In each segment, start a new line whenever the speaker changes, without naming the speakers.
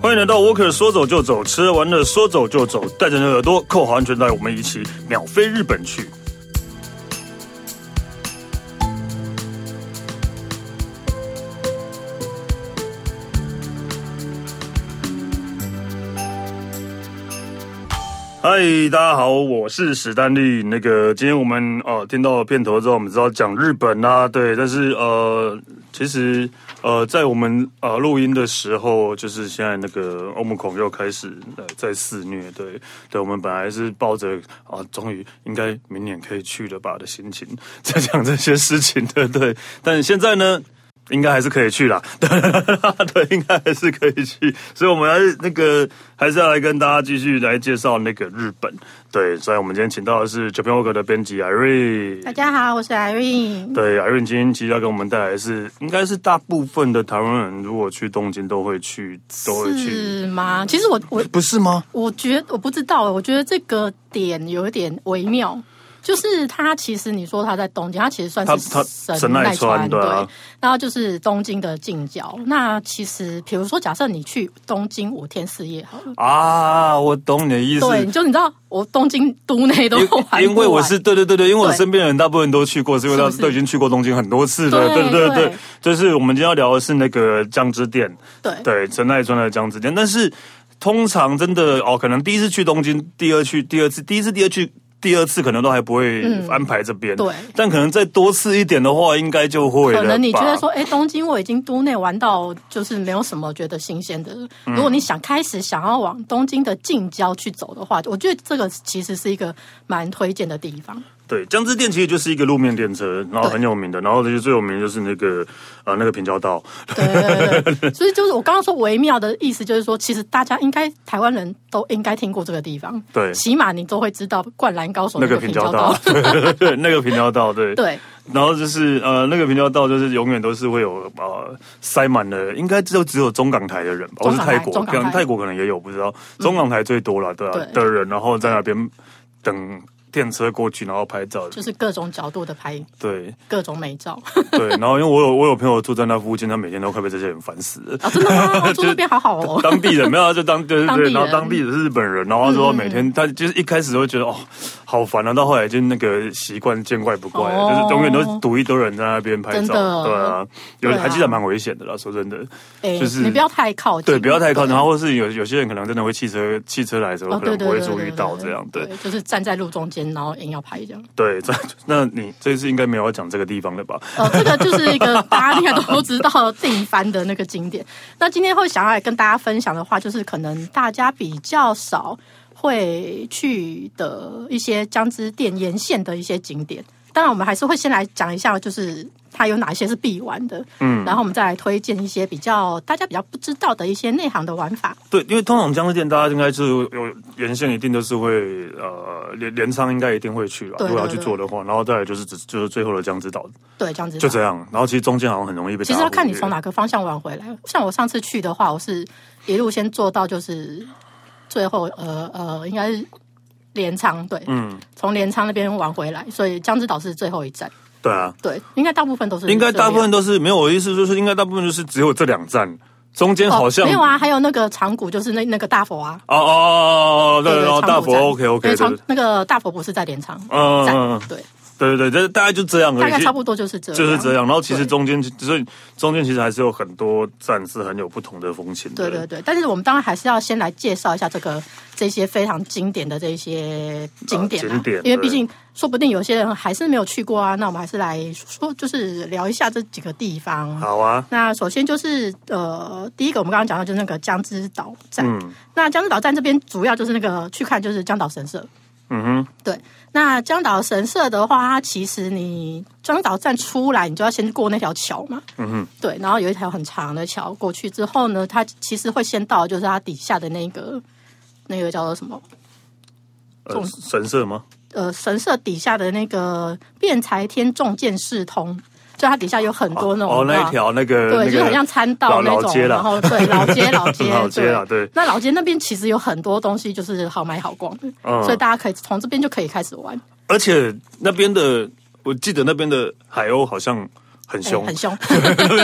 欢迎来到 Walker，说走就走，吃完了说走就走，带着你的耳朵扣好安全带，我们一起秒飞日本去。嗨，大家好，我是史丹利。那个，今天我们呃听到片头之后，我们知道讲日本啊，对，但是呃，其实呃，在我们呃录音的时候，就是现在那个呃欧姆孔又开始呃在肆虐，对，对，我们本来是抱着啊，终于应该明年可以去了吧的心情在讲这些事情的，对，但现在呢，应该还是可以去啦， 对对，应该还是可以去，所以我们还是那个还是要来跟大家继续来介绍那个日本。对，所以我们今天请到的是 Japan Walker 的编辑 Irene
大。家好，我是 Irene。
对，Irene 今天其实要给我们带来的是，应该是大部分的台湾人如果去东京都会去，都会去，
是吗？其实我我
不是吗？
我觉我不知道，我觉得这个点有一点微妙，就是它其实你说它在东京，它其实算
它
是
它神奈川对
对
啊
然后就是东京的近郊。那其实比如说，假设你去东京五天四夜好了，
啊，我懂你的意思。
对，你就你知道 我东京都内都
因
玩不
因为我是对对对对，因为我
对
身边的人大部分都去过，是因为
是
他
不是
都已经去过东京很多次了。
对
对对对
对，
就是我们今天要聊的是那个江之店，
完对。
对，陈奈川的江之店。但是通常真的哦，可能第一次去东京，第二去第二次，第一次第二去。第二次可能都还不会安排这边，
嗯对
但可能再多次一点的话，应该就会了
可能你觉得
吧
说，哎，东京我已经都内玩到，就是没有什么觉得新鲜的。
嗯
如果你想开始想要往东京的近郊去走的话，我觉得这个其实是一个蛮推荐的地 方。
对，江之电其实就是一个路面电车，然后
对
很有名的，然后就是最有名的就是那个呃那个平交道，
对对对对，所以就是我刚刚说微妙的意思，就是说，其实大家应该台湾人都应该听过这个地方，
对
起码你都会知道《灌篮高 手》
那
个
个
平
平
交
交
道
道。， 对，那个平交道，对，
对，
然后就是呃，那个平交道就是永远都是会有呃塞满了，应该就只有中港台的人吧，或
中
是
港台
泰国，
中
可
港
能
台嗯
泰国可能也有不知道，中港台最多了，对啊
对
的人，然后在那边等电车过去，然后拍照，
就是各种角度的拍
对
各种美 照
对，然后因为我有我有朋友住在那附近，他每天都快被这些人烦死了。
啊！真的吗？我住那边好好 哦。
当地人没有，啊他就当对对
当地
对，
人嗯
然后当地人是日本人，然后他说每天他就是一开始会觉得哦好烦啊，到后来已经那个习惯见怪不怪了，啊
哦
就是永远都是堵一堆人在那边拍
真
照，
的
对啊，有
对啊
还记得蛮危险的啦，说真的，
哎
就是
你不要太靠近，
对，不要太靠近，然后或是有有些人可能真的会汽车汽车来的时候
哦，
可
对
能
对
不会
对，
注
对
意到这样，对，
就是站在路中间，然后硬要拍这样。
对，这那你这次应该没有要讲这个地方了吧？
哦，这个就是一个大家应该都知道定番的那个景点。那今天会想要来跟大家分享的话，就是可能大家比较少会去的一些江之电沿线的一些景点。当然，我们还是会先来讲一下，就是它有哪些是必玩的，嗯，然后我们再来推荐一些比较大家比较不知道的一些内行的玩法。
对，因为通常江之店大家应该是有有沿线一定都是会呃连连仓应该一定会去了，
对
如果要
对
去
对
做的话，然后再来就是只就是最后的江之岛，
对，江之
就
岛
这样。然后其实中间好像很容易被
其实
大家
要看你
忽略
从哪个方向玩回来。像我上次去的话，我是一路先坐到就是最后呃呃，应该是镰仓对，嗯，从镰仓那边玩回来，所以江之岛是最后一站。
对啊，
对，应该大部分都是
应该
这样
大部分都是没有我的意思，就是应该大部分就是只有这两站，中间好像
哦、没有啊，还有那个长谷就是那那个大佛啊，
哦哦哦哦哦，对，然后
长
大
谷
佛
站
OK
因
OK，
为
对
长
对
那个大佛不是在镰仓
嗯
站
嗯嗯，
对，
对对，这大概就这样而已，
大概
其实
差不多就是这样，
就是这样。然后其实
对
中间所以中间其实还是有很多站是很有不同的风情的，
对对对，但是我们当然还是要先来介绍一下这个这些非常经典的这些景点、啊
呃景点
因
对
为毕竟说不定有些人还是没有去过啊。那我们还是来说，就是聊一下这几个地方。
好啊，
那首先就是呃，第一个我们刚刚讲到就是那个江之岛站。
嗯
那江之岛站这边主要就是那个去看就是江岛神社。
嗯哼，
对，那江岛神社的话，它其实你江岛站出来，你就要先过那条桥嘛。嗯哼。对，然后有一条很长的桥过去之后呢，它其实会先到就是它底下的那个那个叫做什么
呃，
中
神社吗？
呃神社底下的那个辩才天众剑士通，就它底下有很多那种
哦，那
啊
一条那个
对，
那
就是
个
很像餐道那
老老
种，
街啦
然后对老街老街
老街啦对
那老街那边其实有很多东西就是好买好逛的，
嗯
所以大家可以从这边就可以开始玩。
而且那边的，我记得那边的海鸥好像很凶，
哎 很凶，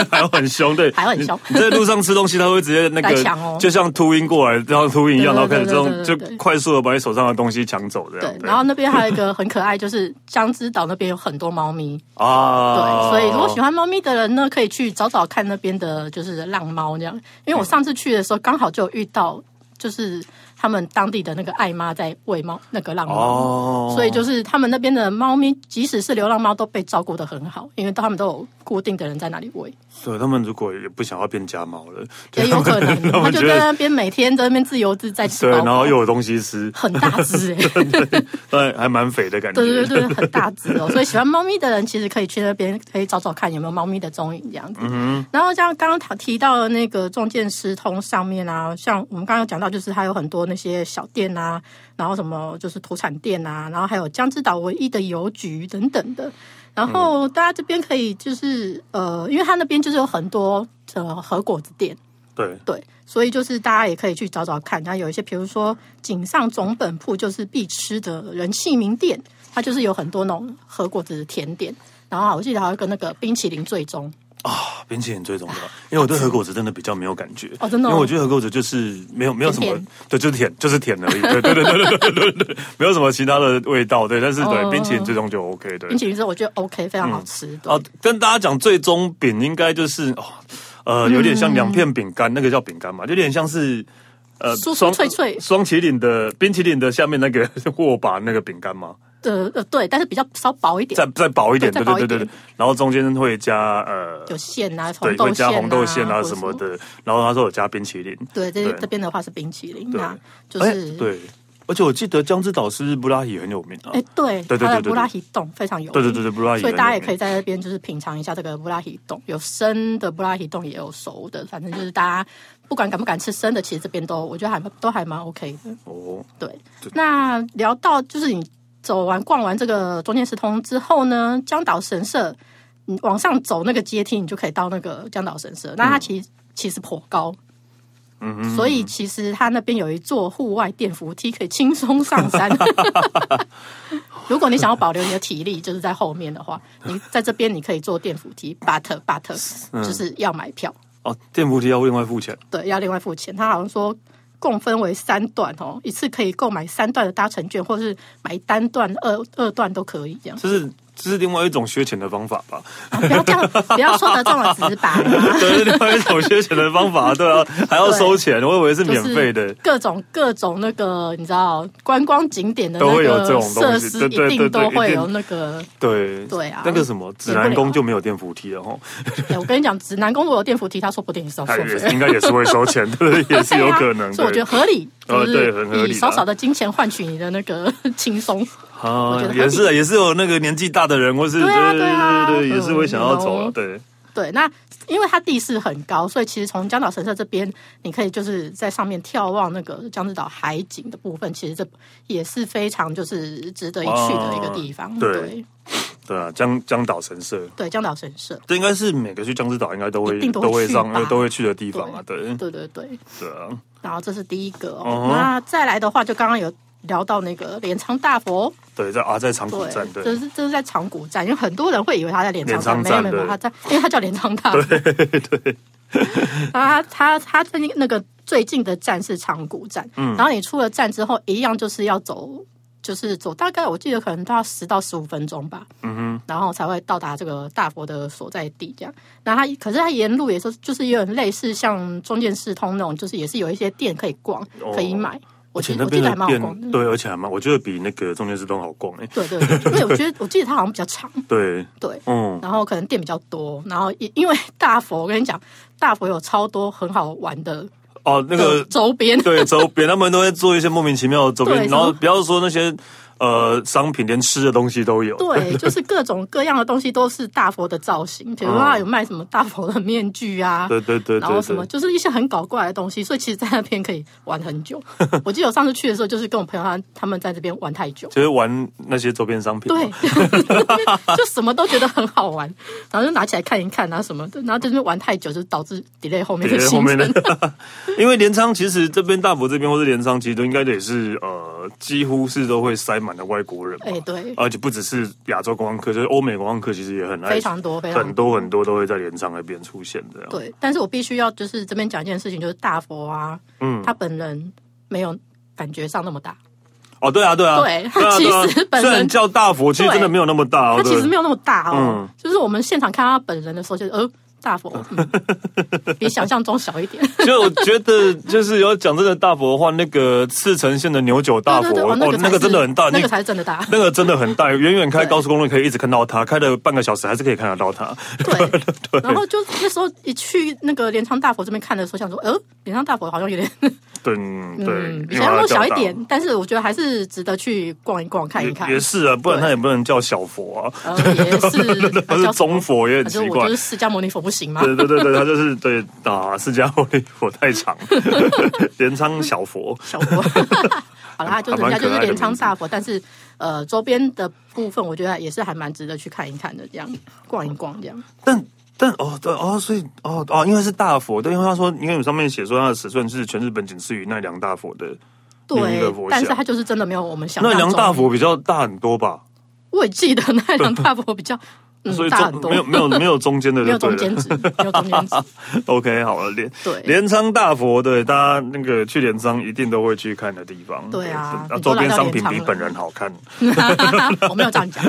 还很凶，对，
还很凶
你你 在路上吃东西，他会直接那
来
个，
抢哦
就像秃鹰过来，然后秃鹰一样，然后
对
开始
对
这
对
种
对
就
对对对
快速的把你手上的东西抢走，这样
对，。然后那边还有一个很可爱，就是江之岛那边有很多猫咪，对，
啊，
所以如果喜欢猫咪的人呢，可以去找找看那边的，就是浪猫那样。因为我上次去的时候，刚好就有遇到，就是他们当地的那个爱妈在喂猫那个浪猫，
哦，
所以就是他们那边的猫咪，即使是流浪猫，都被照顾的很好，因为他们都有固定的人在那里喂，
对他们如果也不想要变家猫了，
也有可能
他
他
们
就
觉
在
得
那边每天在那边自由自在吃
对，
饱
然后
饱
又有东西吃，
很大只哎、欸
对， 还蛮肥的感觉。
对对对对，很大只哦。所以喜欢猫咪的人，其实可以去那边，可以找找看有没有猫咪的踪影这样子。然后像刚刚提到的那个中建时通上面啊，像我们刚刚有讲到，就是它有很多那些小店啊，然后什么就是土产店啊，然后还有江之岛唯一的邮局等等的。然后大家这边可以就是呃，因为它那边就是有很多呃和果子店，
对
对，所以就是大家也可以去找找看，它有一些，比如说井上总本铺就是必吃的人气名店，它就是有很多那种和果子甜点，然后我记得还有一个那个冰淇淋最终，
啊，冰淇淋最重要，因为我对核果子真的比较没有感觉。
哦真的哦
因为我觉得核果子就是没有没有什么
甜甜，
对，就是甜，就是甜而已。对对对对对对对对对，没有什么其他的味道。对，但是对
哦
冰淇淋最终就 OK。对
冰，淇淋之后我觉得 OK，非常好吃。对
哦，跟大家讲，最终饼应该就是哦，呃，有点像两片饼干，那个叫饼干嘛，有点像是。呃
酥酥
双
脆脆
双麒麟的冰淇淋的下面那个握把那个饼干吗？
呃呃对，但是比较稍薄一点
再，再薄一点，对对
对再薄
对
一
对
点
对。然后中间会加呃，
有馅啊，
对，
红
会
豆
加
馅啊，
红豆馅啊
或者
什么。的。然后他说有加冰淇淋，
对，这
对
这边的话是冰淇淋，
对
那就
哎，
是
对，而且我记得江之岛是不是布拉提很有名啊？
哎对，
对对对
它的
对
布拉
对
提冻非常有
对对
名
对对，布拉提很有名，
所以大家也可以在那边就是品尝一下这个布拉提冻，有生的布拉提冻，也有熟的，反正就是大家不管敢不敢吃生的，其实这边都我觉得还蛮都还蛮 OK 的。
哦，
对，那聊到就是你走完逛完这个中间石通之后呢，江岛神社，你往上走那个阶梯，你就可以到那个江岛神社。那它其实、其实颇高。嗯，所以其实它那边有一座户外电扶梯，可以轻松上 山。如果你想要保留你的体力，就是在后面的话，你在这边你可以坐电扶梯，but but 就是要买票。
哦，电扶梯要另外付钱
对，要另外付钱。他好像说共分为三段哦，一次可以购买三段的搭乘券，或是买单段、二二段都可以这样。
这是这是另外一种削钱的方法吧？
啊不要这样，不要说的这么直白嘛。
对，是另外一种削钱的方法，对啊，还要收钱，我以为是
就
免
是
费的。
各种各种那个，你知道观光景点的
都
那
会有这种
个
东
设
西
施，
对对
一定
对
都
对一
会
定
有那个。
对
对啊
那个什么指南
免不
宫
了
就没有电扶梯了吼，
哎我跟你讲，指南公路有电扶梯，他说不定也是要
他
收
哎也
费。
应该也是会收钱， 对，也是有可能。
对啊所以我觉
对
得合理，
呃
就
对很合
是
理
以
啦
少少的金钱换取你的那个 轻松。
啊
我觉得，
也是啊也是有那个年纪大的人，或是
对啊对啊
对对对，也是会想要走啊，
嗯
对。
对，那因为它地势很高，所以其实从江岛神社这边，你可以就是在上面眺望那个江之岛海景的部分，其实这也是非常就是值得一去的一个地方。
哦对
对
对啊，江江岛神社，
对，江岛神社，
这应该是每个去江之岛应该都会
一定都会
会
去
上
吧
都会去的地方啊，对
对对对。
对啊，
然后这是第一个哦，
嗯哼
那再来的话，就刚刚有聊到那个镰仓大佛，哦
对在啊在长谷站
对，这
对
是这是在长谷站，因为很多人会以为他在镰仓
镰仓
站，没
站
有没有没有，
对
他在，因为他叫镰仓大佛。对对， 他他他最近那个最近的站是长谷站，
嗯
然后你出了站之后，一样就是要走。就是走大概我记得可能都要十到十五分钟吧，嗯哼，然后才会到达这个大佛的所在地这样。那它可是它沿路也是就是有点类似像中间四通那种，就是也是有一些店可以逛，可以买。
哦而
我
且
记
那
我记
边
得还
的
蛮好逛的
店，对，而且还蛮，我觉得比那个中间之东好逛哎，
对对对，因为我觉得我记得它好像比较长，
对，
对，
嗯，
然后可能店比较多，然后因因为大佛，我跟你讲，大佛有超多很好玩的
哦那个
的周边，
对周边，他们都会做一些莫名其妙的周边，
对
然后
什么
不要说那些呃商品，连吃的东西都有，
对，就是各种各样的东西都是大佛的造型，比如说它有卖什么大佛的面具
嗯
啊，
对对对
然后
对
什么
对，
就是一些很搞怪的东西，所以其实在那边可以玩很 久。我记得我上次去的时候，就是跟我朋友他他们在这边玩太 久，
就是玩那些周边商品嘛，
对， 就什么都觉得很好玩，然后就拿起来看一看啊什么的，然后在那边玩太久，就导致 delay 后面的
别
行
后面
程。
的，因为镰仓其实这边大佛这边或是镰仓，其实都应该也是呃呃，几乎是都会塞满了外国 人嘛。
哎对
而且不只是亚洲观光客，就是欧美观光客，其实也很爱
非常多非常多
很多很多都会在镰仓那边出现的。，
对，但是我必须要就是这边讲一件事情，就是大佛啊，嗯，他本人没有感觉上那么大，
哦，对啊，对啊，
对
对啊，
其实
对啊
本人
虽然叫大佛，其实
对
真的没有那么大、哦，
他其实
对
没有那么大哦
嗯。
就是我们现场看到他本人的时候，就是呃，大佛、嗯、 比想象中小一点。
就我觉得，就是有讲真的大佛的话，那个赤城县的牛九大佛，
对对对，哦那个才
那个真的
是
很大，
那
你
个才是真 的大。
那个真的很大，远远开
对
高速公路可以一直看到它，开了半个小时还是可以看得到它。
对，然后就那时候一去那个镰仓大佛这边看的时候，想说，呃，镰仓大佛好像有点，
对嗯 对，
嗯，比
因为它
想象中
叫
小一
大
点，但是我觉得还是值得去逛一逛、看一看
也。也是啊，不然它也不能叫小佛啊，
呃，也 是，
它是中佛也很
可是
奇
我
怪
就是。释迦牟尼佛不行吗？
对对对对，它就是对啊，释迦牟尼佛太长， 镰仓小佛。
小佛。 好啦，就是人家就是镰仓大佛，但是呃，周边的部分我觉得也是还蛮值得去看一看的，这样逛一逛这样。
但但哦对哦，所以哦哦，因为是大佛，对，因为他说，因为上面写说它的尺寸是全日本仅次于奈良大佛的，另一
对
个佛，
但是
像
它就是真的没有我们想象
奈
中。
良大，佛比较大很多吧，
我也记得 奈良大佛 比较
所
嗯
以
大很
中
多，
没有没有没有中间的
没有
就对了，
中 间值，没有中间值。
OK，好了，镰
对
镰仓大佛，对大家那个去镰仓一定都会去看的地方。
对啊
对
你
周
都来
边
到
商品
镰仓
比
了
本人好看，
我没有这样讲。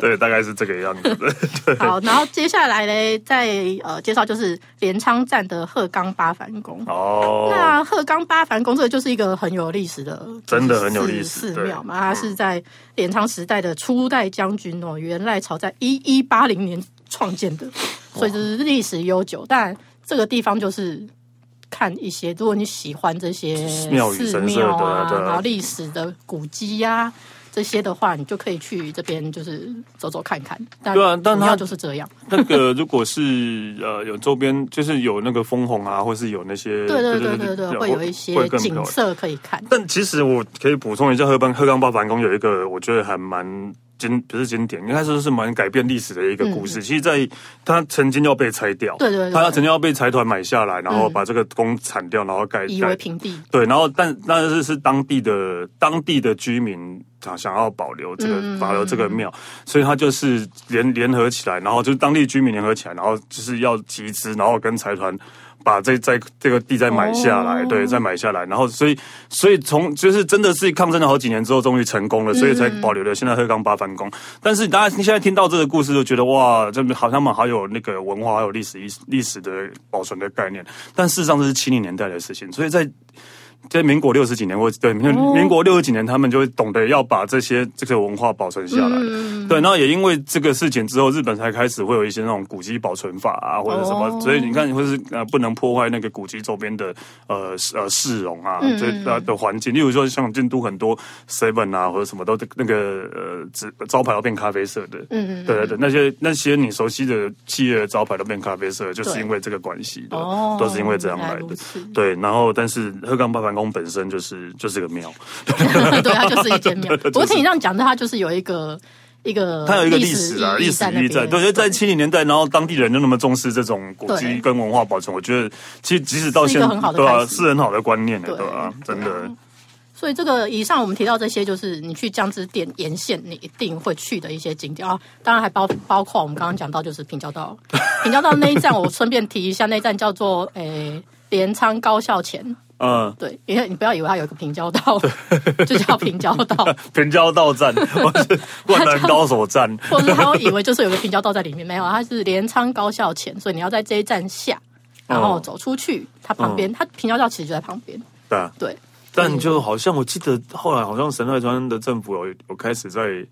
对，大概是这个样子 的。
好，然后接下来嘞，再呃介绍就是镰仓站的鹤冈八幡宫。
哦，
那鹤冈八幡宫这个就是一个很有历史的，
真的很有历史
寺
对嗯
庙嘛，它是在镰仓时代的初代将军哦，源赖朝在一一八零年创建的，所以就是历史悠久。但这个地方就是看一些，如果你喜欢这些
庙宇
寺
神社
庙啊，
对啊对啊
然后历史的古迹呀、啊。这些的话，你就可以去这边，就是走走看看。但
对啊但
主
它
要就是这样。
那个如果是呃有周边，就是有那个枫红啊，或是有那些，
对对对对对，会有一些
会更漂
景
亮。
色可以看。
但其实我可以补充一下，鹤冈鹤冈八幡宫有一个我觉得还蛮经不是经典，应该说是蛮改变历史的一个故事。其实在它曾经要被拆掉，
嗯对对对
它曾经要被财团买下来，然后把这个宫铲掉，然后盖
夷为
盖。
平地，
对，然后但但是是当地的当地的居民想想要保留这个、保留这个庙，所以他就是联联合起来，然后就是当地居民联合起来，然后就是要集资，然后跟财团把这在这个地再买下来，
哦
对，再买下来，然后所以所以从就是真的是抗争了好几年之后，终于成功了，所以才保留了现在鹤冈八幡宫。但是大家现在听到这个故事，就觉得哇，这好像蛮好有那个文化，还有历史意识历史的保存的概念，但事实上这是七零年代的事情，所以在在民国六十几年，或对民民国六十几年，他们就会懂得要把这些这个文化保存下来。对，然后也因为这个事情之后，日本才开始会有一些那种古迹保存法啊，或者什么，
哦
所以你看，或是呃不能破坏那个古迹周边的呃市呃市容啊，这、呃的环境。例如说，像京都很多 seven 啊或者什么都那个呃纸招牌要变咖啡色的，嗯嗯，对对对，那些那些你熟悉的企业的招牌都变咖啡色，就是
对
因为这个关系的，
哦
都是因为这样来
原来
的
如此。
对，然后但是鹤冈八幡宫本身就是就是个庙，
对，它就是一 间庙。不过听你这样讲的，它就是有一个一个，
它有一个历史啊，历史意义在。对，因为在七零年代，然后当地人就那么重视这种古迹
对
跟文化保存，我觉得其实即使到
是一
现
个
在
很好，的
对啊，
开始
是很好的观念的，
对
对啊，真的。
所以这个以上我们提到这些，就是你去江之店沿线你一定会去的一些景点啊，当然还包包括我们刚刚讲到就是平交道，平交道那一站我顺便提一下，那一站叫做诶镰仓高校前。
嗯，
对，因为你不要以为它有一个平交道， 就叫平交道，
平交道 站或是灌篮高手站，
或者是他会以为就是有个平交道在里面，没有，它是镰仓高校前，所以你要在这一站下，然后走出去，它旁边，它平交道其实就在旁边，
对啊。
对，
但就好像我记得后来好像神奈川的政府有有开始在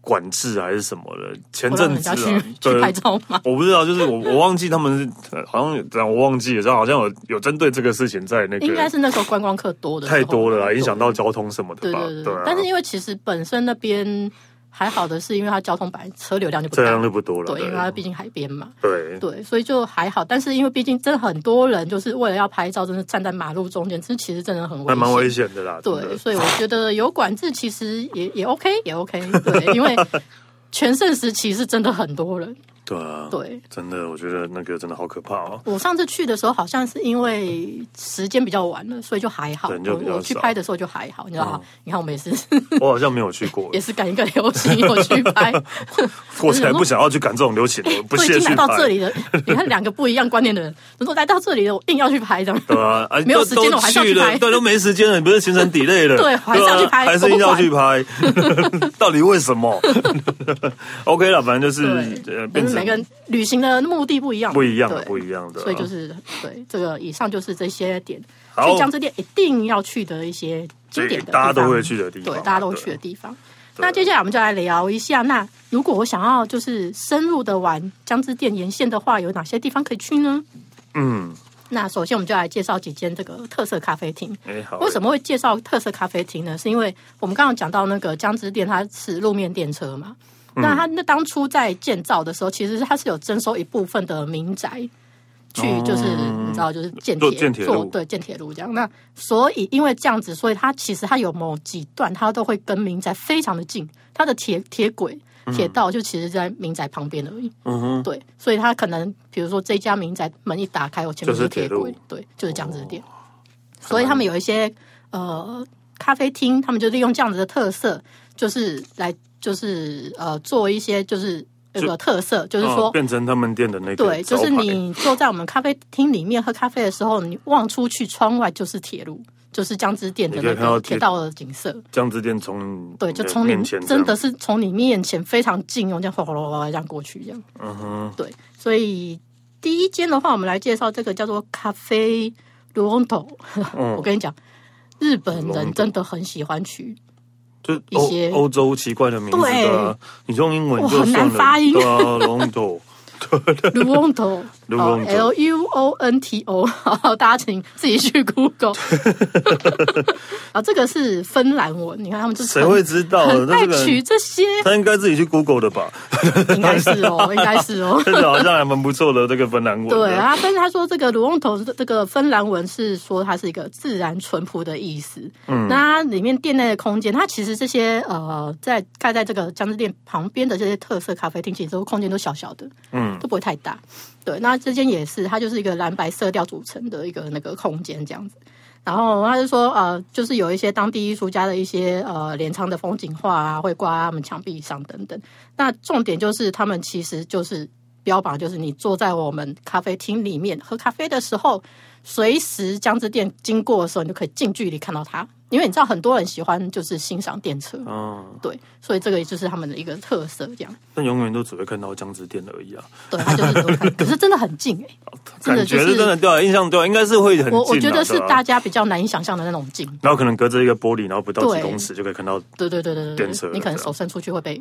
管制啊还是什么的，前
我让
阵子
人家
啊
去去
对
拍照嘛。
我不知道，就是我我忘记他们是呃好像有我忘记了，然后好像有有针对这个事情在那个，
应该是那时候观光客多的时候，
太多了啦，影响到交通什么的
对
吧？
对对对。
啊
但是因为其实本身那边还好的是，因为它交通本来车流量就不大，
这样就不多了，
对，因为它毕竟海边嘛，
对
对，所以就还好。但是因为毕竟真的很多人就是为了要拍照，真的站在马路中间，这其实真的很危
还
险，
蛮危险的啦，真
对，
的
所以我觉得有管制 其实也也 OK，也 OK。对，因为全盛时期是真的很多人，
对啊，
对，
真的，我觉得那个真的好可怕哦。
我上次去的时候，好像是因为时间比较晚了，所以就还好。
人就比较
我我去
少嗯
拍的时候就还好，你知道吗？你看我们也是
我好像没有去过
也，是赶一个流行，我去 拍，
我才不想要去赶这种流行，我不
都已
屑去
经来
拍。
到 这里了。你看两个不一样观念的人，怎么来到这里了，我硬要去拍这样？
对啊，啊
没有
都
时间了
都
我还是要去
了
拍
对，都没时间了，你不是行程 delay 了？
对我还是要去拍
对啊还是
我不
要去拍， 到底为什 么？OK 了，反正就是呃，
对，
变
但是
成
每个人旅行的目的不一样，
不一样的，
对
不一样的啊，
所以就是对这个以上就是这些点，
好
去江之店一定要去的一些经典的
对
地方，
大家都会去的地方
对
啊，
大家都会
对
去的地方。那接下来我们就来聊一下，那如果我想要就是深入的玩江之店沿线的话，有哪些地方可以去呢？
嗯，
那首先我们就来介绍几间这个特色咖啡厅。
哎，好，
为什么会介绍特色咖啡厅呢？是因为我们刚刚讲到那个江之店，它是路面电车嘛。
嗯
那它那当初在建造的时候，其实它是有征收一部分的民宅，去就是、你知道，就是建
哦做
铁
建铁路
做对建铁路这样。那所以因为这样子，所以它其实它有某几段它都会跟民宅非常的近，它的铁铁轨。铁道就其实在民宅旁边而已，
嗯哼，
对，所以它可能比如说这家民宅门一打开，我前面
就是
铁
铁路哦
轨，对，就是这样子的店。所以他们有一些呃咖啡厅，他们就利用这样子的特色，就是来就是呃做一些就是有个特色，就是
哦
说。
变成他们店的那个
对，就是
招牌
你坐在我们咖啡厅里面喝咖啡的时候，你望出去窗外就是铁路，就是江之店的
你可
那
以看到
个
铁
铁道的景色。
酱汁店从你
对，就从你
面前这
真
样
的是从你面前非常近哦，这样哗哗哗哗哗这样过去，这样。
嗯哼，
对，所以第一间的话，我们来介绍这个叫做咖啡罗翁头。
嗯
我跟你讲，日本人真的很喜欢取，
就是
一
欧
些
欧洲奇怪的名字
对
对啊，你用英文
哇
就
很
算
难
了，
发音
对啊，龙头，
卢翁头 哦
卢翁头
，L U O N T O，大家 请自己去 Google。啊，这个是芬兰文，你看他们 就是
谁
很
会知道？
很
那
爱
这个
取
人
这些，
他应该自己去 Google 的吧？
应该是哦，应该是哦。
真的好像还蛮不错的这个芬兰文。
对，啊，但是他说这个卢翁头这个芬兰文是说它是一个自然淳朴的意思。嗯，那它里面店内的空间，它其实这些呃，在盖在这个江之店旁边的这些特色咖啡厅，其实都空间都小小的，
嗯，
都不会太大。对，那这间也是，它就是一个蓝白色调组成的一个那个空间这样子。然后他就说，呃，就是有一些当地艺术家的一些呃镰仓的风景画啊，会挂在他们墙壁上等等。那重点就是他们其实就是标榜，就是你坐在我们咖啡厅里面喝咖啡的时候，随时江之店经过的时候，你就可以近距离看到它。因为你知道很多人喜欢就是欣赏电车，
嗯，
对，所以这个也就是他们的一个特色，这样。
但永远都只会看到酱汁店而已啊，
对，它就是这种感觉可是真的很近哎、真
感
的就
觉
是
是真的对啊，印象对啊，应该是会很近啊。
我我觉得是
啊对啊
大。家比较难以想象的那种近。
然后可能隔着一个玻璃，然后不到几
对
公尺就可以看到，
对对对对对
电车
对，你可能
这样
手伸出去会被，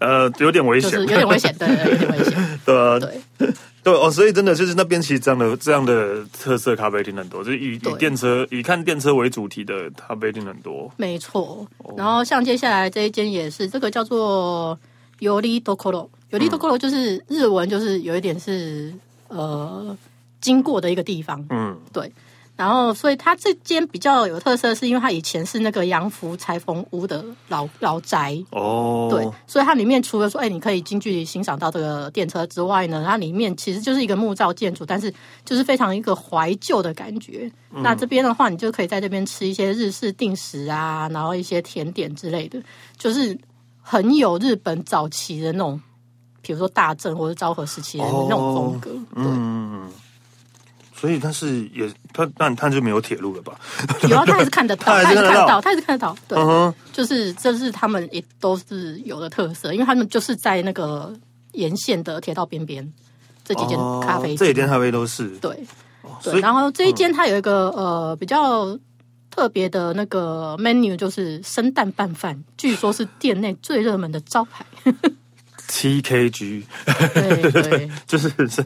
呃，有点危
就
险，
是有点危险，对对，对有点 危险。
对啊，
对
对哦，所以真的就是那边其实这样的这样的特色咖啡厅很多，就是以以
对
电车以看电车为主题的咖啡厅很多。
没错。然后像接下来这一间也是，这个叫做尤里多可罗，尤里多可罗就是日文，就是有一点是呃经过的一个地方，
嗯，
对。然后，所以它这间比较有特色，是因为它以前是那个洋服裁缝屋的老老宅，
哦，
对，所以它里面除了说，哎，你可以近距离欣赏到这个电车之外呢，它里面其实就是一个木造建筑，但是就是非常一个怀旧的感觉。
嗯
那这边的话，你就可以在这边吃一些日式定食啊，然后一些甜点之类的，就是很有日本早期的那种，比如说大正或者昭和时期的那种风格。
哦嗯，所以但是也它那它就没有铁路了吧？
对，有啊，他还是看 得到，
他
他
还
还
是
是
看得
看得
到
到，他还是看得到。对，
嗯哼，
就是这是他们也都是有的特色，因为他们就是在那个沿线的铁道边边这几间
哦
咖啡
这几
厅，
间咖啡都是，哦
对
所
对。
以嗯
然后这一间它有一个、呃比较特别的那个 menu，就是生蛋拌饭，据说是店内最热门的招牌。
T K G
对对，
就是是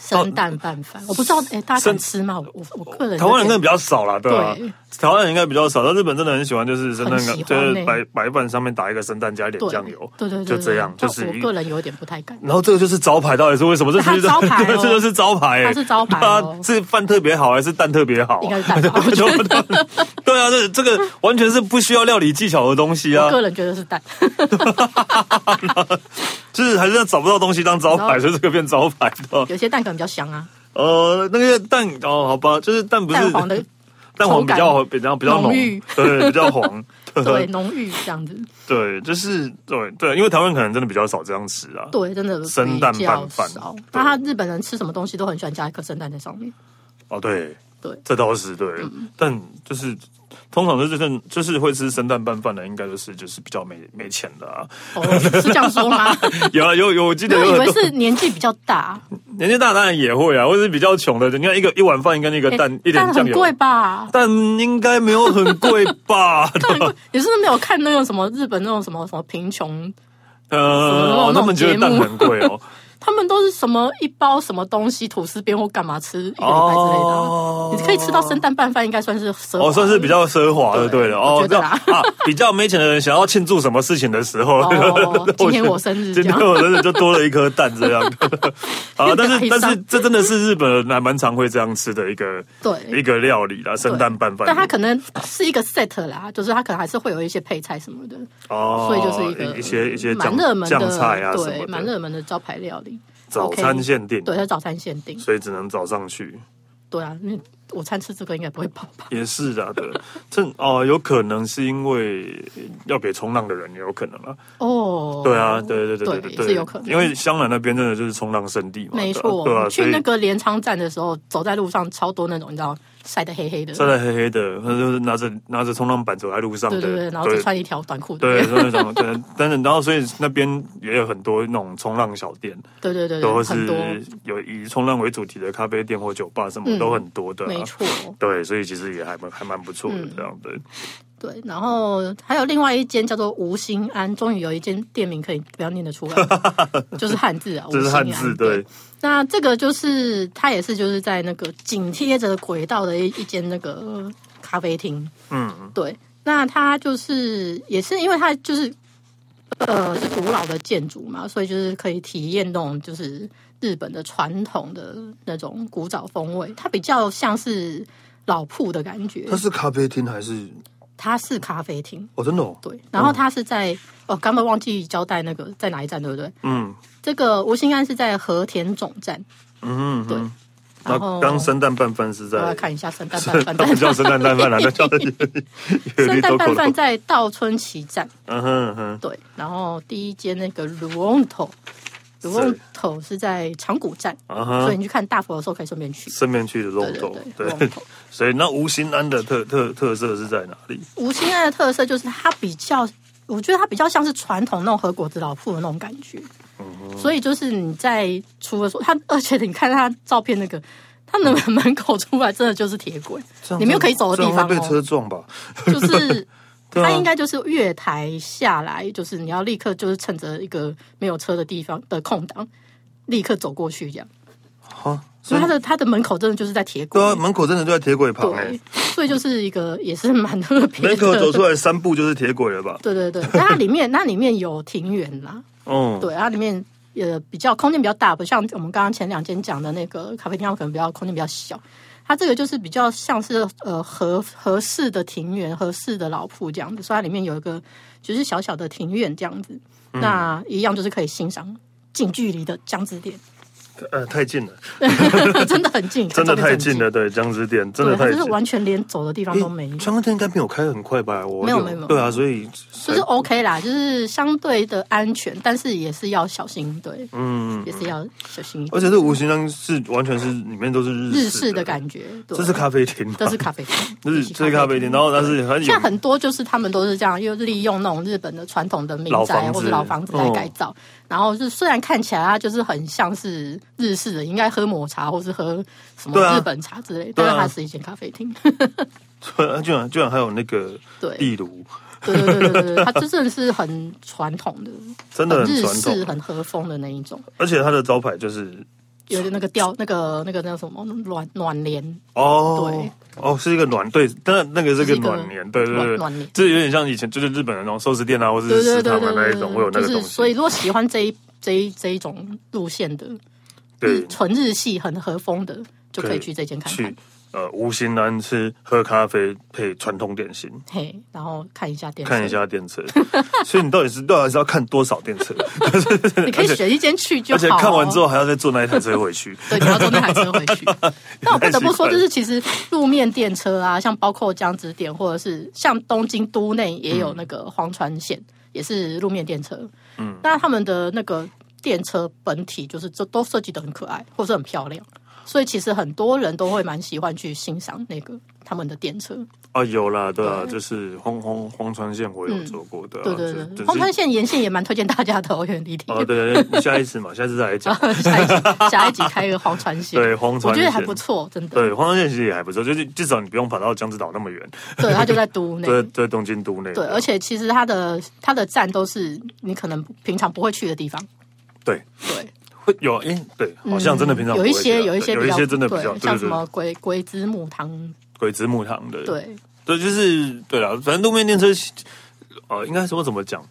生蛋拌饭，我不知道哎，大家
生
敢吃吗？我我我个人
台湾人应该
有点
比较少啦，对吧、
对
台湾人应该比较少，但日本真的很喜欢，就是生蛋
很，喜欢
就是
欸
白白饭上面打一个生蛋，加一点
对
酱油，
对对对，
就
对
这样，
但
就是
我
一
个人有点不太敢。
然后这个就是招牌，到底是为什么？这
它
就是
招牌哦
对这就是招牌、欸，
它是招牌哦
对啊是饭特别好还是蛋特别好？啊
应该是蛋吧我 觉
对啊对啊，这这个完啊全是不需要料理技巧的东西啊
我。个人觉得是蛋，
就是还是找不到东西当招牌，所以这个变招牌的。
有些蛋可能比较香啊，
呃，那个蛋哦，好吧，就是蛋不是
蛋 黄的
蛋黄比
口
较比较比较
浓
浓
郁，
对，比较黄，
对浓郁这样子，
对，就是对对，因为台湾可能真的比较少这样吃啊。
对，真的
生蛋
比较
拌饭
少
对。
那他日本人吃什么东西都很喜欢加一颗生蛋在上面，
哦，对
对嗯
这倒是对，但就是通常就是就是会吃生蛋拌饭的，应该都是就是比较没没钱的啊。
哦，是这样 说吗？
有啊有有，我记
因
得
为我
有
以
很
为
多
是年纪比较大，
年纪大当然也会啊，或者是比较穷的，你看一个一碗饭跟那个
诶
蛋一点酱
哎很
油，
贵 吧？
但应该没有很贵吧？
蛋很贵，你是不是没有看那种什么日本那种什么什么贫穷
呃，
么
哦，他们觉得
那
蛋
种节目
很贵哦。
他们都是什么一包什么东西吐司边或干嘛 吃一个礼拜之类的啊、
哦
你可以吃到生蛋拌饭，应该算是奢华
哦，算是比较奢华的，
对
对的
我
哦
觉，得啦
这样啊，比较没钱的人想要庆祝什么事情的时候，
哦今天我生日
今
这
天
样
我生日就多了一颗蛋这 样。啊，但是
有点
但
哀
是
伤
这真的是日本人还蛮常会这样吃的一个一
对。
个料理啦，生蛋拌饭。
但它可能是一个 set 啦，就是它可能还是会有一些配菜什么的，
哦
所以就是一个
一些一些
蛮
酱
热门的
酱菜啊什
对，
么
蛮
的，
热门的招牌料理。
早餐限定
OK，，对，它早餐限定，
所以只能早上去。
对啊，因为午餐吃这个应该不会饱吧？
也是的，对，这哦，有可能是因为要给冲浪的人也有可能啊。
哦，
对啊，对对对
对
对对，
是有可能
因为香兰那边真的就是冲浪圣地嘛，
没
对啊
错，
对啊，所
去
以
那个镰仓站的时候，走在路上超多那种你知道晒得黑黑的，
晒得黑黑的，他就是拿着拿着冲浪板走在路上
对
的，
对对，然后只穿一条短裤的，
对，所以那种对，但是然后所以那边也有很多那种冲浪小店，
对对对
都
对，
是
很多，
有以冲浪为主题的咖啡店或酒吧什么
嗯
都很多的啊，
没错，嗯
对，所以其实也还蛮还蛮不错的这样的。
对。然后还有另外一间叫做吴兴安，终于有一间店名可以不要念 得出来，就是汉字啊，
这是汉
吴兴
字
安
对。
那这个就是它也是就是在那个紧贴着轨道的一一间那个咖啡厅，
嗯，
对。那它就是也是因为它就是呃是古老的建筑嘛，所以就是可以体验那种就是日本的传统的那种古早风味，它比较像是老铺的感觉。
是咖啡厅还是
它是咖啡厅，
哦，真的哦，
对。然后它是在、哦，刚刚忘记交代那个在哪一站，对不对？
嗯
这个吴兴安是在和田总站，
嗯
对。
嗯，那
然后呃
刚生蛋拌饭是
我要
在
看一 下 圣诞拌饭，啊
不叫生蛋拌 饭啦，那叫
圣
圣
诞拌饭在道村崎站，
嗯哼哼，
对。然后第一间那个卢翁头，卢翁头是在长谷站，
啊
所
哈
以，你去看大佛的时候可以顺便去。
顺便去的
对
龙
对
头，
对，卢翁头。
所以那吴兴安的特特特色是在哪里？
吴兴安的特色就是它比较，我觉得它比较像是传统那种和果子老铺的那种感觉。所以就是你在除了说它，而且你看它照片那个，它的门口出来真的就是铁轨，你没有可以走的地方
这样会被
哦，
车撞吧？
就是
对啊
它应该就是月台下来，就是你要立刻就是趁着一个没有车的地方的空档，立刻走过去这样。
哈，所
所以
以
它的它的门口真的就是在铁轨
对，啊，门口真的就在铁轨旁哎、
对，所以就是一个也是蛮特别的。
门口走出来三步就是铁轨了吧？
对对对，但它里面那里面有庭园啦，
嗯，
对，它里面也比较空间比较大，不像我们刚刚前两间讲的那个咖啡厅，它可能比较空间比较小。它这个就是比较像是呃合合适的庭园、合适的老铺这样子，所以它里面有一个就是小小的庭院这样子，
嗯
那一样就是可以欣赏近距离的江之 店，
呃，太近了，
真的很近，
真的
看照片
太
很
近了，对，僵尸店真的
对，它
太
就是
近。
完全连走的地方都没有。
川哥店应该没有开很快吧？我
没有
有
没有没有
对啊，所以
就是 OK 啦，就是相对的安全，但是也是要小心，对，
嗯，
也是要小心一点。
而且这五行山是完全是里面都是日
日
式
式
的
的，感觉，对，
这是咖啡厅吗，
这是咖啡 厅，
这是这是咖啡厅，然后但是很
现 在
有
很多就是他们都是这样，又利用那种日本的传统的民
老
宅
房子哦
或者老房子来改造，然后是虽然看起来它就是很像是日式的，应该喝抹茶或是喝什么
对啊
日本茶之类，
对
但
啊
是它是一间咖啡厅，
居然居然还有那个
对
壁炉，
对对对对对，它真正是很传统的，
真的很
日
传
式、
统，
很和风的那一种。
而且它的招牌就是
有点那个吊，那个那个那个什么暖暖帘，
哦，哦，是一个暖对，但那个是一
是
个
一个
暖帘，对
暖
对
暖帘
对，这有点像以前就是日本的那种寿司店啊，或者
对
是
对
食
对
堂
对
的那
对
一种会有那
就
个
是
东西，
所以如果喜欢这一这一这一种路线的
对
纯日系很和风的，就可以去这间看看
去。呃无形单吃喝咖啡配传统点心，
嘿，然后看一下电视，
看一，下电车。 所以你到底是到底是要看多少电车？
你可以选一间去 就
而
好、
且
哦。
看完之后还要再坐那一台车回去。
对，你要坐那台车回 去。但我不得
太
不说，
奇怪了
就是其实路面电车啊，像包括江直点，或者是像东京都内也有那个荒川线，也是路面电车。嗯，那他们的那个电车本体就是就都设计的很可爱，或是很漂亮，所以其实很多人都会蛮喜欢去欣赏那个他们的电车。
啊，有啦，对啊，就是荒荒荒川线我有做过，对啊，
嗯对对
就
对，荒川。线沿线也蛮推荐大家的哦，有点离题。
就 哦，对，对下一次嘛，下次再来讲。
下一集下一集开一个荒川线，
对荒川线
我觉得还不错，真的。
对，荒川线其实也还不错，就是至少你不用跑到江之岛那么远，
对，它就在都内。
在在东京 都内。
对，而且其实它的它的站都是你可能平常不会去的地方。
对
对，
会有诶，对，好像真的平常
嗯有
不
一
会去啊
些有一
对
些
有
比
一
较
些真的比较
对
对
像
对
什
对
么鬼鬼子母堂，
鬼子木堂的，
对
对，就是对啦，反正路面电车，呃，应该说怎么讲，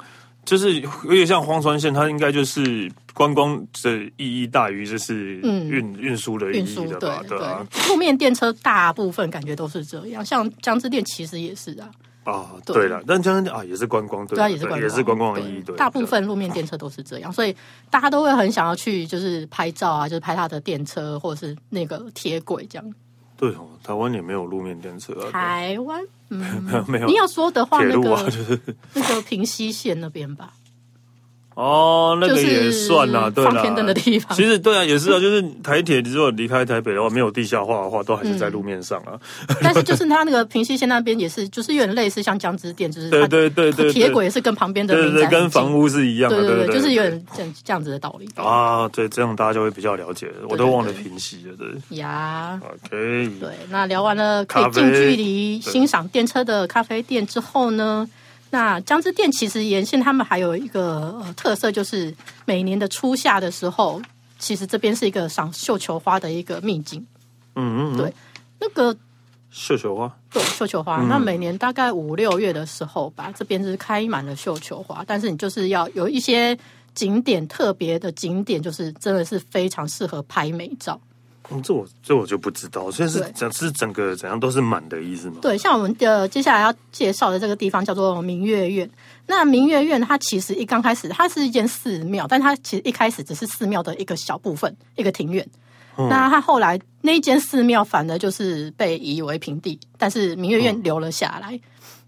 就是有点像荒川线，它应该就是观光的意义大于就是
嗯
运、运输的意
运输
义的
对
吧，对啊，
对，路面电车大部分感觉都是这样，像江之电其实也是啊，
啊，
对
对了，但这样啊也是观光，对
对啊，也是观光，
也是观光的意义，对，
大部分路面电车都是这样，所以大家都会很想要去就是拍照啊， 就是拍它的电车或者是那个铁轨这样。
对哦，台湾也没有路面电车啊，
台湾，嗯，
对 没有
你要说的话，
铁
那
路啊，
个
就是
那个平西线那边吧。
哦，那个也算啦，
就
对
是
啦，
放天灯的地方
其实对啊，也是啊，就是台铁如果离开台北的话，没有地下化的话，都还是在路面上啊，
但是就是它那个平西线那边也是， 就是有点类似像江之电，就是 它
对对对对对
铁轨也是跟旁边的
对对对，跟房
屋，
屋是一样的，
对
对
对对，就是有点这样这样子的道理
啊，对，这样大家就会比较了解。我都忘了平息了，对。
呀。
OK，
对，那聊完了可以近距离欣赏电车的咖啡店之后呢，那江之电其实沿线他们还有一个、呃、特色，就是每年的初夏的时候，其实这边是一个赏绣球花的一个秘境。
嗯嗯，
对那个
绣球花
对，绣球花。那每年大概五六月的时候吧，这边是开满了绣球花，但是你就是要有一些景点特别的景点，就是真的是非常适合拍美照。
嗯，这我这我就不知道，所以是
对
整是整个怎样都是满的意思吗？
对，像我们的接下来要介绍的这个地方叫做明月院。那明月院它其实一刚开始它是一间寺庙，但它其实一开始只是寺庙的一个小部分，一个庭院。那它后来那一间寺庙反而就是被夷为平地，但是明月院留了下来。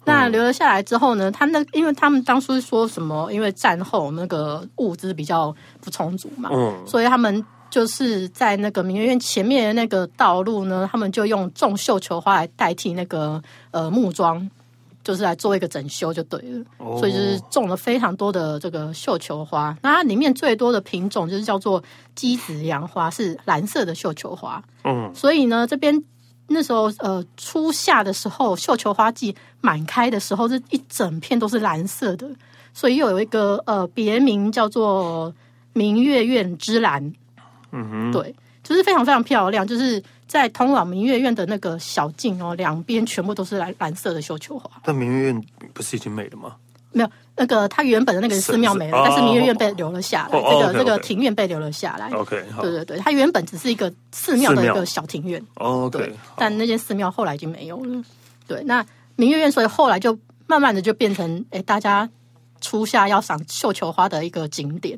那留了下来之后呢，他那因为他们当初说什么，因为战后那个物资比较不充足嘛，
嗯
所以他们就是在那个明月院前面的那个道路呢，他们就用种绣球花来代替那个呃木桩，就是来做一个整修就对了。
哦
所以就是种了非常多的这个绣球花，那它里面最多的品种就是叫做鸡子洋花，是蓝色的绣球花。
嗯，
所以呢，这边那时候呃初夏的时候，绣球花季满开的时候，这一整片都是蓝色的，所以又有一个呃别名叫做明月院之蓝。嗯哼，对，就是非常非常漂亮，就是在通往明月院的那个小径哦，两边全部都是蓝蓝色的绣球花。
但明月院不是已经没了吗？
没有，那个它原本的那个寺庙没了，
是
但是明月院被留了下来，
哦哦
这个
OK，OK
这个庭院被留了下来。
OK，好
对对对，它原本只是一个寺庙的一
寺庙
个小庭院，对
哦，OK，，
但那间寺庙后来已经没有了。对，那明月院，所以后来就慢慢的就变成，哎，大家初夏要赏绣球花的一个景点。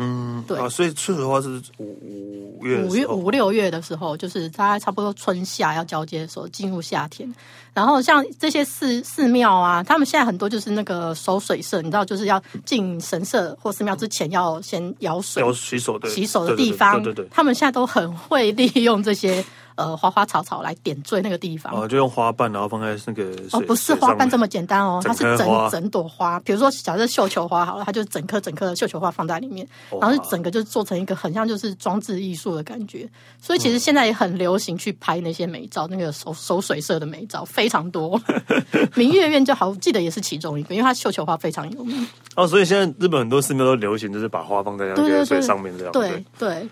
嗯，
对
啊，所以绣球花是五五月的
五
时
月
候
五六月的时候，就是大概差不多春夏要交接的时候，进入夏天。然后像这些寺寺庙啊，他们现在很多就是那个守水社，你知道，就是要进神社或寺庙之前要先舀水
要哦洗手的
洗手的地方，
对对对，
他们现在都很会利用这些呃花花草草来点缀那个地方。
啊，就用花瓣然后放在那个
哦，不是花瓣这
么
么简单哦，它
整
是
颗花
整整朵花。比如说，假设绣球花好了，它就是整颗整颗的绣球花放在里面，
哇
然后就整个就做成一个很像就是装置艺术的感觉。所以其
嗯
实现在也很流行去拍那些美照，那个手手水社的美照非常多。 明月院就好，我记得也是其中一个，因为它绣球花非常 有名。
哦，所以现在日本很多寺庙都流行，就是把花放在那
对
个
对
水
对，
上面这样，
对，对。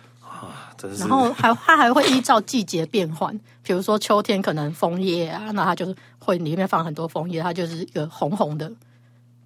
真是
然后还它还会依照季节变换，比如说秋天可能枫叶啊，那它就是会里面放很多枫叶，它就是一个红红的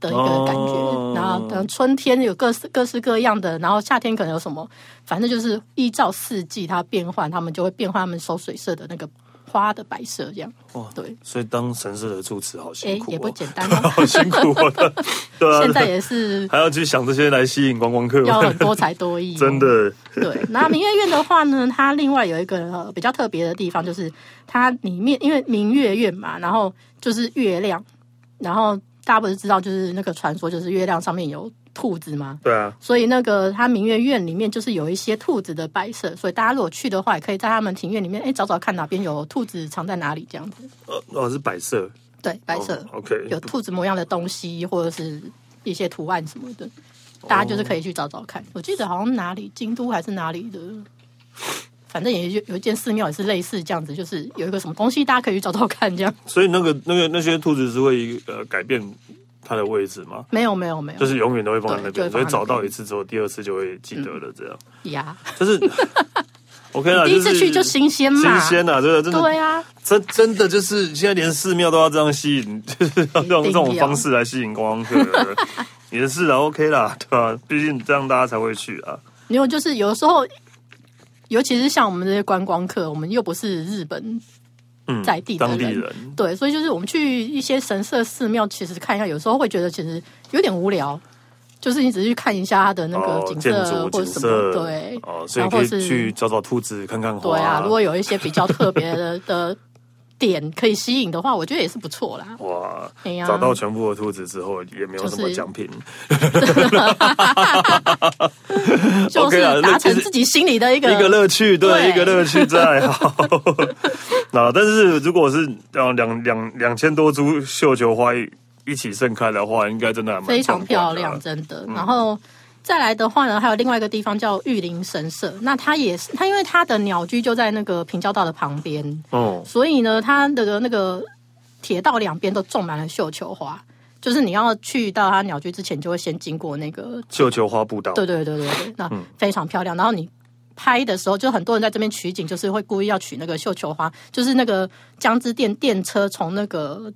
的一个感觉。
哦
然后，等春天有各式各式各样的，然后夏天可能有什么，反正就是依照四季它变换，它们就会变换它们守水色的那个花的白色 这样。
哇
对，
所以当神社的住持好
哎
辛苦、哦，，
也不简单 啊
好辛苦哦， 对啊，
现在也是
还要去想这些来吸引观光客
要
吗
很？多才多 艺、哦
真。的，
对，那明月院的话呢，它另外有一个、呃比较特别的地方，就是它里面因为明月院嘛，然后就是月亮，然后大家不是知道就是那个传说，就是月亮上面有兔子吗？
对啊，
所以那个它明月院里面就是有一些兔子的摆设，所以大家如果去的话，也可以在他们庭院里面，哎，找找看哪边有兔子藏在哪里这样子。
呃，哦是摆设，
对，摆设、
哦，OK，
有兔子模样的东西，或者是一些图案什么的，大家就是可以去找找看。我记得好像哪里，京都还是哪里的，反正也有有一间寺庙也是类似这样子，就是有一个什么东西，大家可以去找找看。这样
所以那个那个那些兔子是会呃改变它的位置吗？
没有没有没有
就是永远都会放在那
对
边，所以
就会放在那边
找到一次之后，第二次就会记得了。这样
呀，
就是 OK 了，
第一次去就是新鲜嘛
啊新，鲜啊，真的，真的，
对啊，
真真的就是现在连寺庙都要这样吸引， 就是要用这种方式来吸引观光客，也是啊，OK 啦，对吧、毕竟这样大家才会去啊。
因为就是有时候，尤其是像我们这些观光客，我们又不是日本
嗯，
在地的
当地
人
人，
对，所以就是我们去一些神社寺庙，其实看一下，有时候会觉得其实有点无聊，就是你只是去看一下它的那个景
哦建
色
筑
或
景
者什
色，
么，对，
哦，所以
然后
可
或
以
是
去找找兔子，看看花。
对啊，如果有一些比较特别 的的点可以吸引的话，我觉得也是不错啦。
哇
哎呀，
找到全部的兔子之后，也没有什么
就是
奖品。
就
OK 啦
是
那
达
其
成
实
自己心里的一个
一个乐趣，对，
对
一个乐趣在好。 那但是如果是呃两两两千多株绣球花一一起盛开的话，应该真的还蛮
非常
壮观
漂
的啊
亮，真的。
嗯
然后再来的话呢，还有另外一个地方叫玉林神社，那它也是它，因为它的鸟居就在那个平交道的旁边，
哦。
所以呢，它的那个铁道两边都种满了绣球花。就是你要去到它鸟居之前，就会先经过那个，
绣球花步道，
对对对对 对，那
嗯
非常漂亮。然后你拍的时候，就很多人在这边取景，就是会故意要取那个绣球花，就是那个江之电电车从那个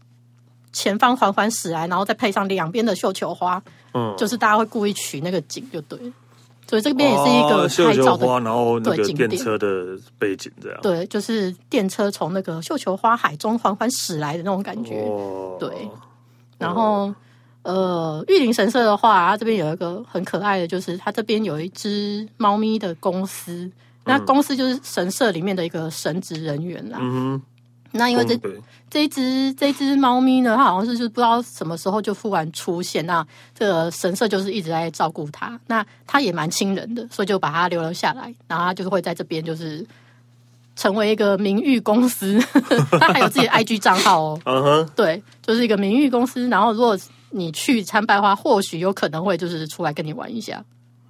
前方缓缓驶来，然后再配上两边的绣球花，
嗯，
就是大家会故意取那个景，就对了。所以这边也是一
哦
个
绣
拍
球
照的
花，然后那个
对景点
电车的背景这样。
对，就是电车从那个绣球花海中缓缓驶来的那种感觉。
哦，
对然后，呃，玉林神社的话，它这边有一个很可爱的，就是它这边有一只猫咪的公司，那公司就是神社里面的一个神职人员啦。
嗯
那因为
哼，嗯
这
对，
这一只这一只猫咪呢，它好像是就不知道什么时候就忽然出现，那这个神社就是一直在照顾它，那它也蛮亲人的，所以就把它留了下来，然后它就是会在这边就是成为一个名誉公司， 它还有自己的 IG 账号哦，
嗯哼，
对，就是一个名誉公司，然后如果你去参拜的话，或许有可能会就是出来跟你玩一下，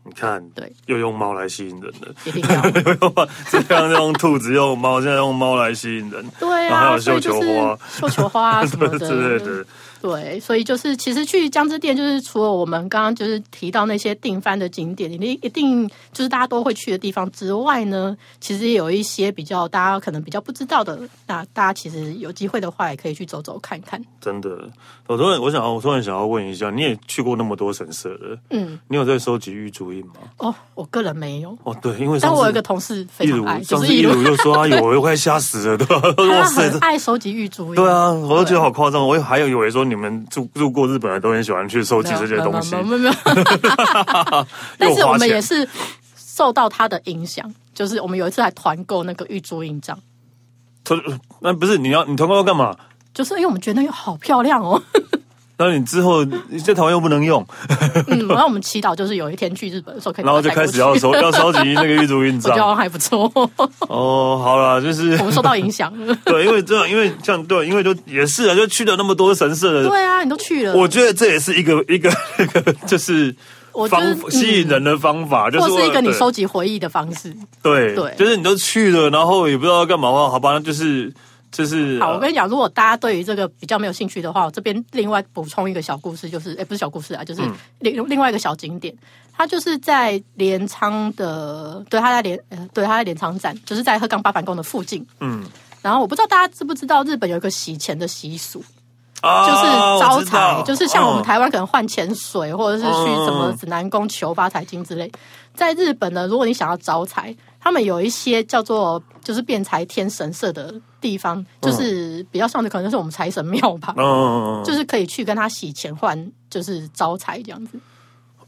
你看，
对，
又用猫来吸引人了。
一定要
之前用兔子，用猫，现在用猫来吸引人，
对
然后还
啊，
有
所
绣
以就
球
是
花
绣球花 啊什么的
之类的。
对，所以就是其实去江之店，就是除了我们刚刚就是提到那些定番的景点，一定一定就是大家都会去的地方之外呢，其实也有一些比较大家可能比较不知道的，那大家其实有机会的话也可以去走走看看。
真的，我突然我想要，我突然想要问一下，你也去过那么多神社了，
嗯，
你有在收集玉珠印吗？
哦，我个人没有，
哦，对，因为
但
上
我有一
次
个同事非
一
常
如
爱，就
上
是
次
一
一
如
如又说他有，我又快吓死了，对吧？ 哇
他
塞， 这
很爱收集玉珠印，
对啊，我都觉得好夸张，我还有以为说你们住住过日本的都很喜欢去收集
没有，
这些东西
没，有没有没有 没有但
又
是我
花
们也
钱。
是受到他的影响，就是我们有一次还团购那个玉珠印章。
团呃那不是你要你团购要干嘛？
就是因为我们觉得那个好漂 亮哦，
然后你之后你在台湾又不能用，
嗯，然后我们祈祷就是有一天去日本的时候可以把
然
它
后就
带过
开
去，
始要收 要收集那个玉珠印
我觉得
章。
好像还不错，我
哦，好啦，就是
们受到 影响了。
对，因为这样，因为这样，对，因为就也是啊，就去了那么多神社的，
对啊，你都去了，
我觉得这也是一个一个一个就是
我觉
方
得嗯
吸引人的方法，就
或
是
是一个你
对
收集回忆的方式。
对
对
就是你都去了，然后也不知道干嘛的话，好吧，那就是就是
好，我
呃
跟你讲，如果大家对于这个比较没有兴趣的话，我这边另外补充一个小故事，就是哎、诶不是小故事啊，就是
嗯
另、另外一个小景点，它就是在镰仓的，对，它在镰、呃，对，它在镰仓站，就是在鹤冈八幡宫的附近。
嗯
然后我不知道大家知不知道，日本有一个洗钱的习俗，
啊
就是
我
招财，
知道
就是像我
嗯
们台湾可能换钱水，或者是去什么指南宫求发财金之类。在日本呢，如果你想要招财，他们有一些叫做就是变财天神社的地方，就是比较像的可能就是我们财神庙吧，
嗯，
就是可以去跟他洗钱换，就是招财这样子。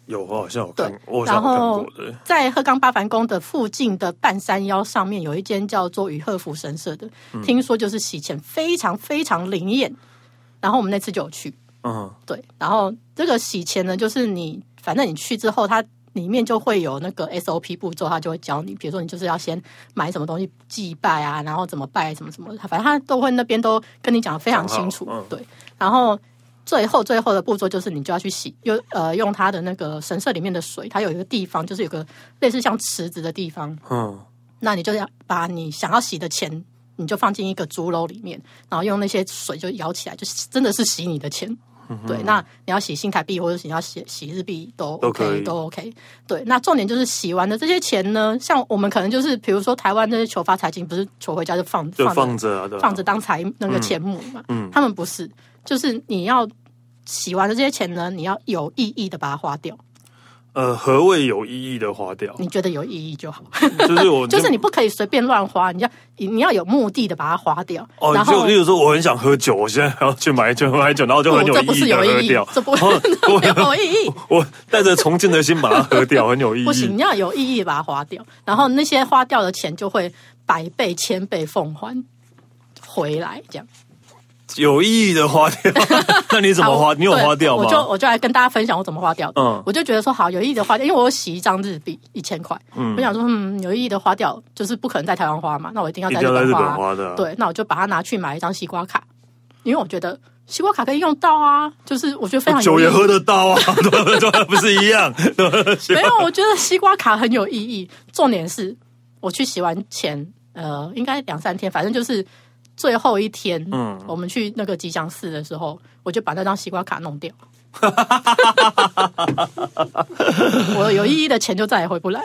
有我好像有看
对，
我好像
然
有看
后
过对，
在鹤冈八幡宫的附近的半山腰上面有一间叫做雨鹤福神社的，
嗯
听说就是洗钱非常非常灵验。然后我们那次就有去，
嗯
对，然后这个洗钱呢，就是你反正你去之后，它里面就会有那个 SOP 步骤，它就会教你，比如说你就是要先买什么东西祭拜啊，然后怎么拜什么什么，反正它都会那边都跟你讲的非常清楚，
讲好嗯
对，然后。最后最后的步骤就是你就要去洗，用呃用它的那个神社里面的水，它有一个地方就是有个类似像池子的地方，
嗯，
那你就要把你想要洗的钱，你就放进一个竹篓里面，然后用那些水就舀起来，就真的是洗你的钱。
嗯
对，那你要洗新台币或者是你要洗洗日币都 OK
都可以
OK。对，那重点就是洗完的这些钱呢，像我们可能就是比如说台湾那些求发财金，不是求回家就放
就
着
放着嗯啊，对吧
放着当财那个钱母嘛。他们不是，就是你要洗完的这些钱呢，你要有意义的把它花掉，
呃，何谓有意义的花掉？
你觉得有意义就好。
就是我
就是你不可以随便乱花，你要你你要有目的的把它花掉。
哦，
然
就
后
例如说我很想喝酒，我现在还要去买酒买酒，然后就
不
很有
哦这
意
不是
义的
有
喝
意义
掉，，哦啊
这不
我
没有 意义。
我带着崇敬的心把它喝掉，很有意义。
不行，你要有意义地把它花掉，然后那些花掉的钱就会百倍、千倍奉还回来，这样。
有意义的花 掉，那你怎么花？
好
你有
对
花掉吗？
我就我就来跟大家分享我怎么花掉的。
嗯
我就觉得说好有意义的花掉，因为我有洗一张日币一千块，我想说嗯有意义的花掉就是不可能在台湾花嘛，那我一定要
一
在
定要在
本
日
花
本
啊。
花的啊，
对，那我就把它拿去买一张西瓜卡，因为我觉得西瓜卡可以用到啊，就是我觉得非常有
酒
意
也喝
义。
得到啊， 对不对？不是一样？对不对啊
没有，我觉得西瓜卡很有意义。重点是，我去洗完前，呃，应该两三天，反正就是最后一天，嗯，我们去那个吉祥寺的时候，我就把那张西瓜卡 弄掉。我有意义的钱就再也回不来。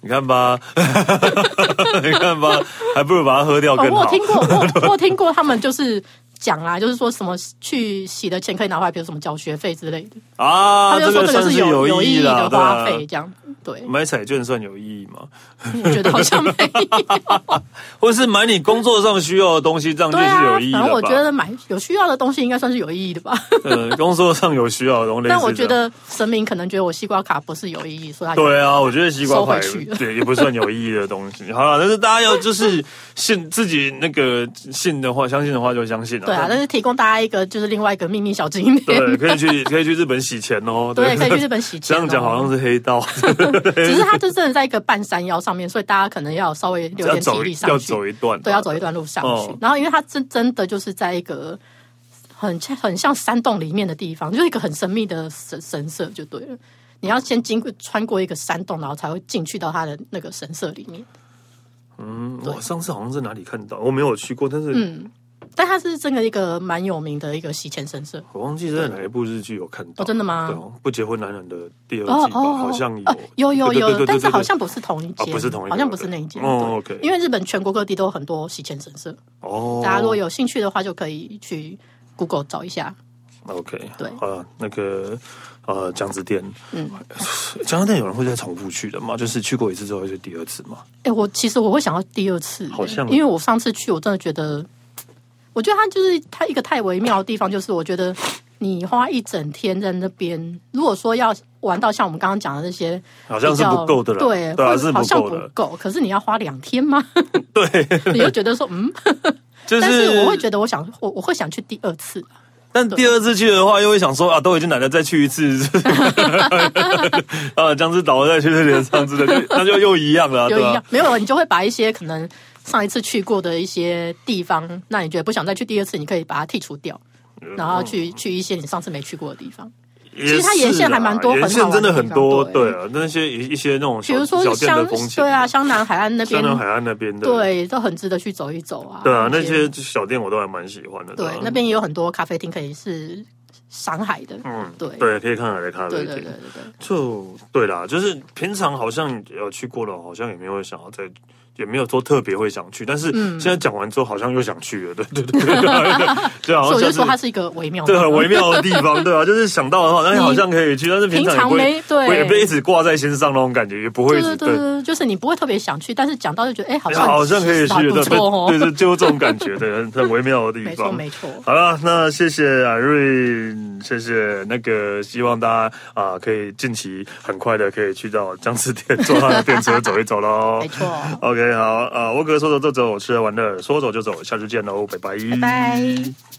你看吧， 你看吧，还不如把它喝掉
哦，
更
我有
好。
听 过，我有我有听过他们就是讲啊，就是说什么去洗的钱可以拿回来，比如什么缴学费之类的。
啊，
他就
这
说
个
这个
算
是有
有
有意
义
义
啦
的
对啊
花费，这样对，
买彩券算有意义吗？
我觉得好像没有。
或者是买你工作上需要的东西，这样就
对
是
啊
有意，义
反
了
正
吧？
我觉得买有需要的东西应该算是有意义的吧。
呃，工作上有需要的东西，类似
但我觉
这样
得神明可能觉得我西瓜卡不是有意义，所以他
对啊，我觉得西瓜
收回
牌
去了
对也不算有意义的东西。 好了，但是大家要就是信自己那个信的话，相信的话就相信了。
对啊，但是提供大家一个就是另外一个秘密小景点，
对，可以去可以去日本洗钱哦。
对，可以去日本 洗
这
钱哦。
样讲好像是黑道，
只是它就真的在一个半山腰上面，所以大家可能要稍微 留
要
点体
走
力上
要
去。
走一段，啊
对，要走一段路上去。
哦
然后，因为它真真的就是在一个很像很像山洞里面的地方，就是一个很神秘的神神社，就对了。你要先经过穿过一个山洞，然后才会进去到它的那个神社里面。
嗯。我上次好像是哪里看到，我没有去过，但是
嗯但它是真的一个蛮有名的一个洗钱神社。
我忘记是在哪一部日剧有看到。
哦真的吗
对哦，不结婚男人的第二季吧，好像有
啊，有有
对对对
有，
对对
但是
对
好像不是同一
啊
间，
不是同一个，
好像不是那一间。
哦，OK，
因为日本全国各地都有很多洗钱神社，
哦，
大家如果有兴趣的话，就可以去 Google 找一下。
OK，
对
好了，那个呃，姜子店，嗯， 姜子店有人会再重复去的吗？就是去过一次之后会去第二次吗？
哎、我其实我会想要第二次，
好像
因为我上次去，我真的觉得，我觉得它就是它一个太微妙的地方，就是我觉得 你花一整天在那边，如果说要玩到像我们刚刚讲的那些比较，
好像是不够的啦
对，
对啊
或者
是不
好像
够
不
的
够。可是你要花两天吗？
对，
你就觉得说，嗯，
就
但是我会
得，
觉得我想我我会想去第二次，
但第二次去的话，又会想说啊，都已经懒得再去一次， 啊，姜之岛再去这里上次的，就那就又一样 了，啊
有
对
一样、
吧？
没有，你就会把一些可能上一次去过的一些地方，那你觉得不想再去第二次，你可以把它剔除掉，
嗯
然后去、去一些你上次没去过的地方。
其
实它沿线还蛮多
沿线真很多，
很好玩的地方对
对啊，那些一一些那种
比
小
如说
小店
香
的风情，
对啊，，香南海岸那边
香，南海岸那边的，
对，都很值得去走一走啊。
对啊，那些小店我都还蛮喜欢的，
对
啊
那边也有很多咖啡厅可以是赏海的，嗯，对
对，可以看海的咖啡
对对
厅
对对。对。
就对啦，就是平常好像有去过了，好像也没有想要再也没有说特别会想去，但是
嗯
现在讲完之后好像又想去了，对对对对 对，对，啊好像
所以我
下
就
次
说它是一个微妙的
对，
地方，
很微妙的地方，对啊，就是想到的话，那好像可以去，但是平常也不
平
会，
常没对
不会也被一直挂在心上那种感觉，也不会一
对
直
对对对，就是你不会特别想去，但是讲到就觉得哎，好
哎
像
好像可以
还
去，
不
对
错哦，
对对，就这种感觉，对，很很微妙的地
没错
方。
没错。
好了，那谢谢阿瑞，谢谢那个，希望大家啊、可以近期很快的可以去到姜子店坐他的电车走一走喽。
没错
OK，好啊、呃，我哥说走就走，吃喝玩乐，说走就走，下次见喽，拜拜。
拜。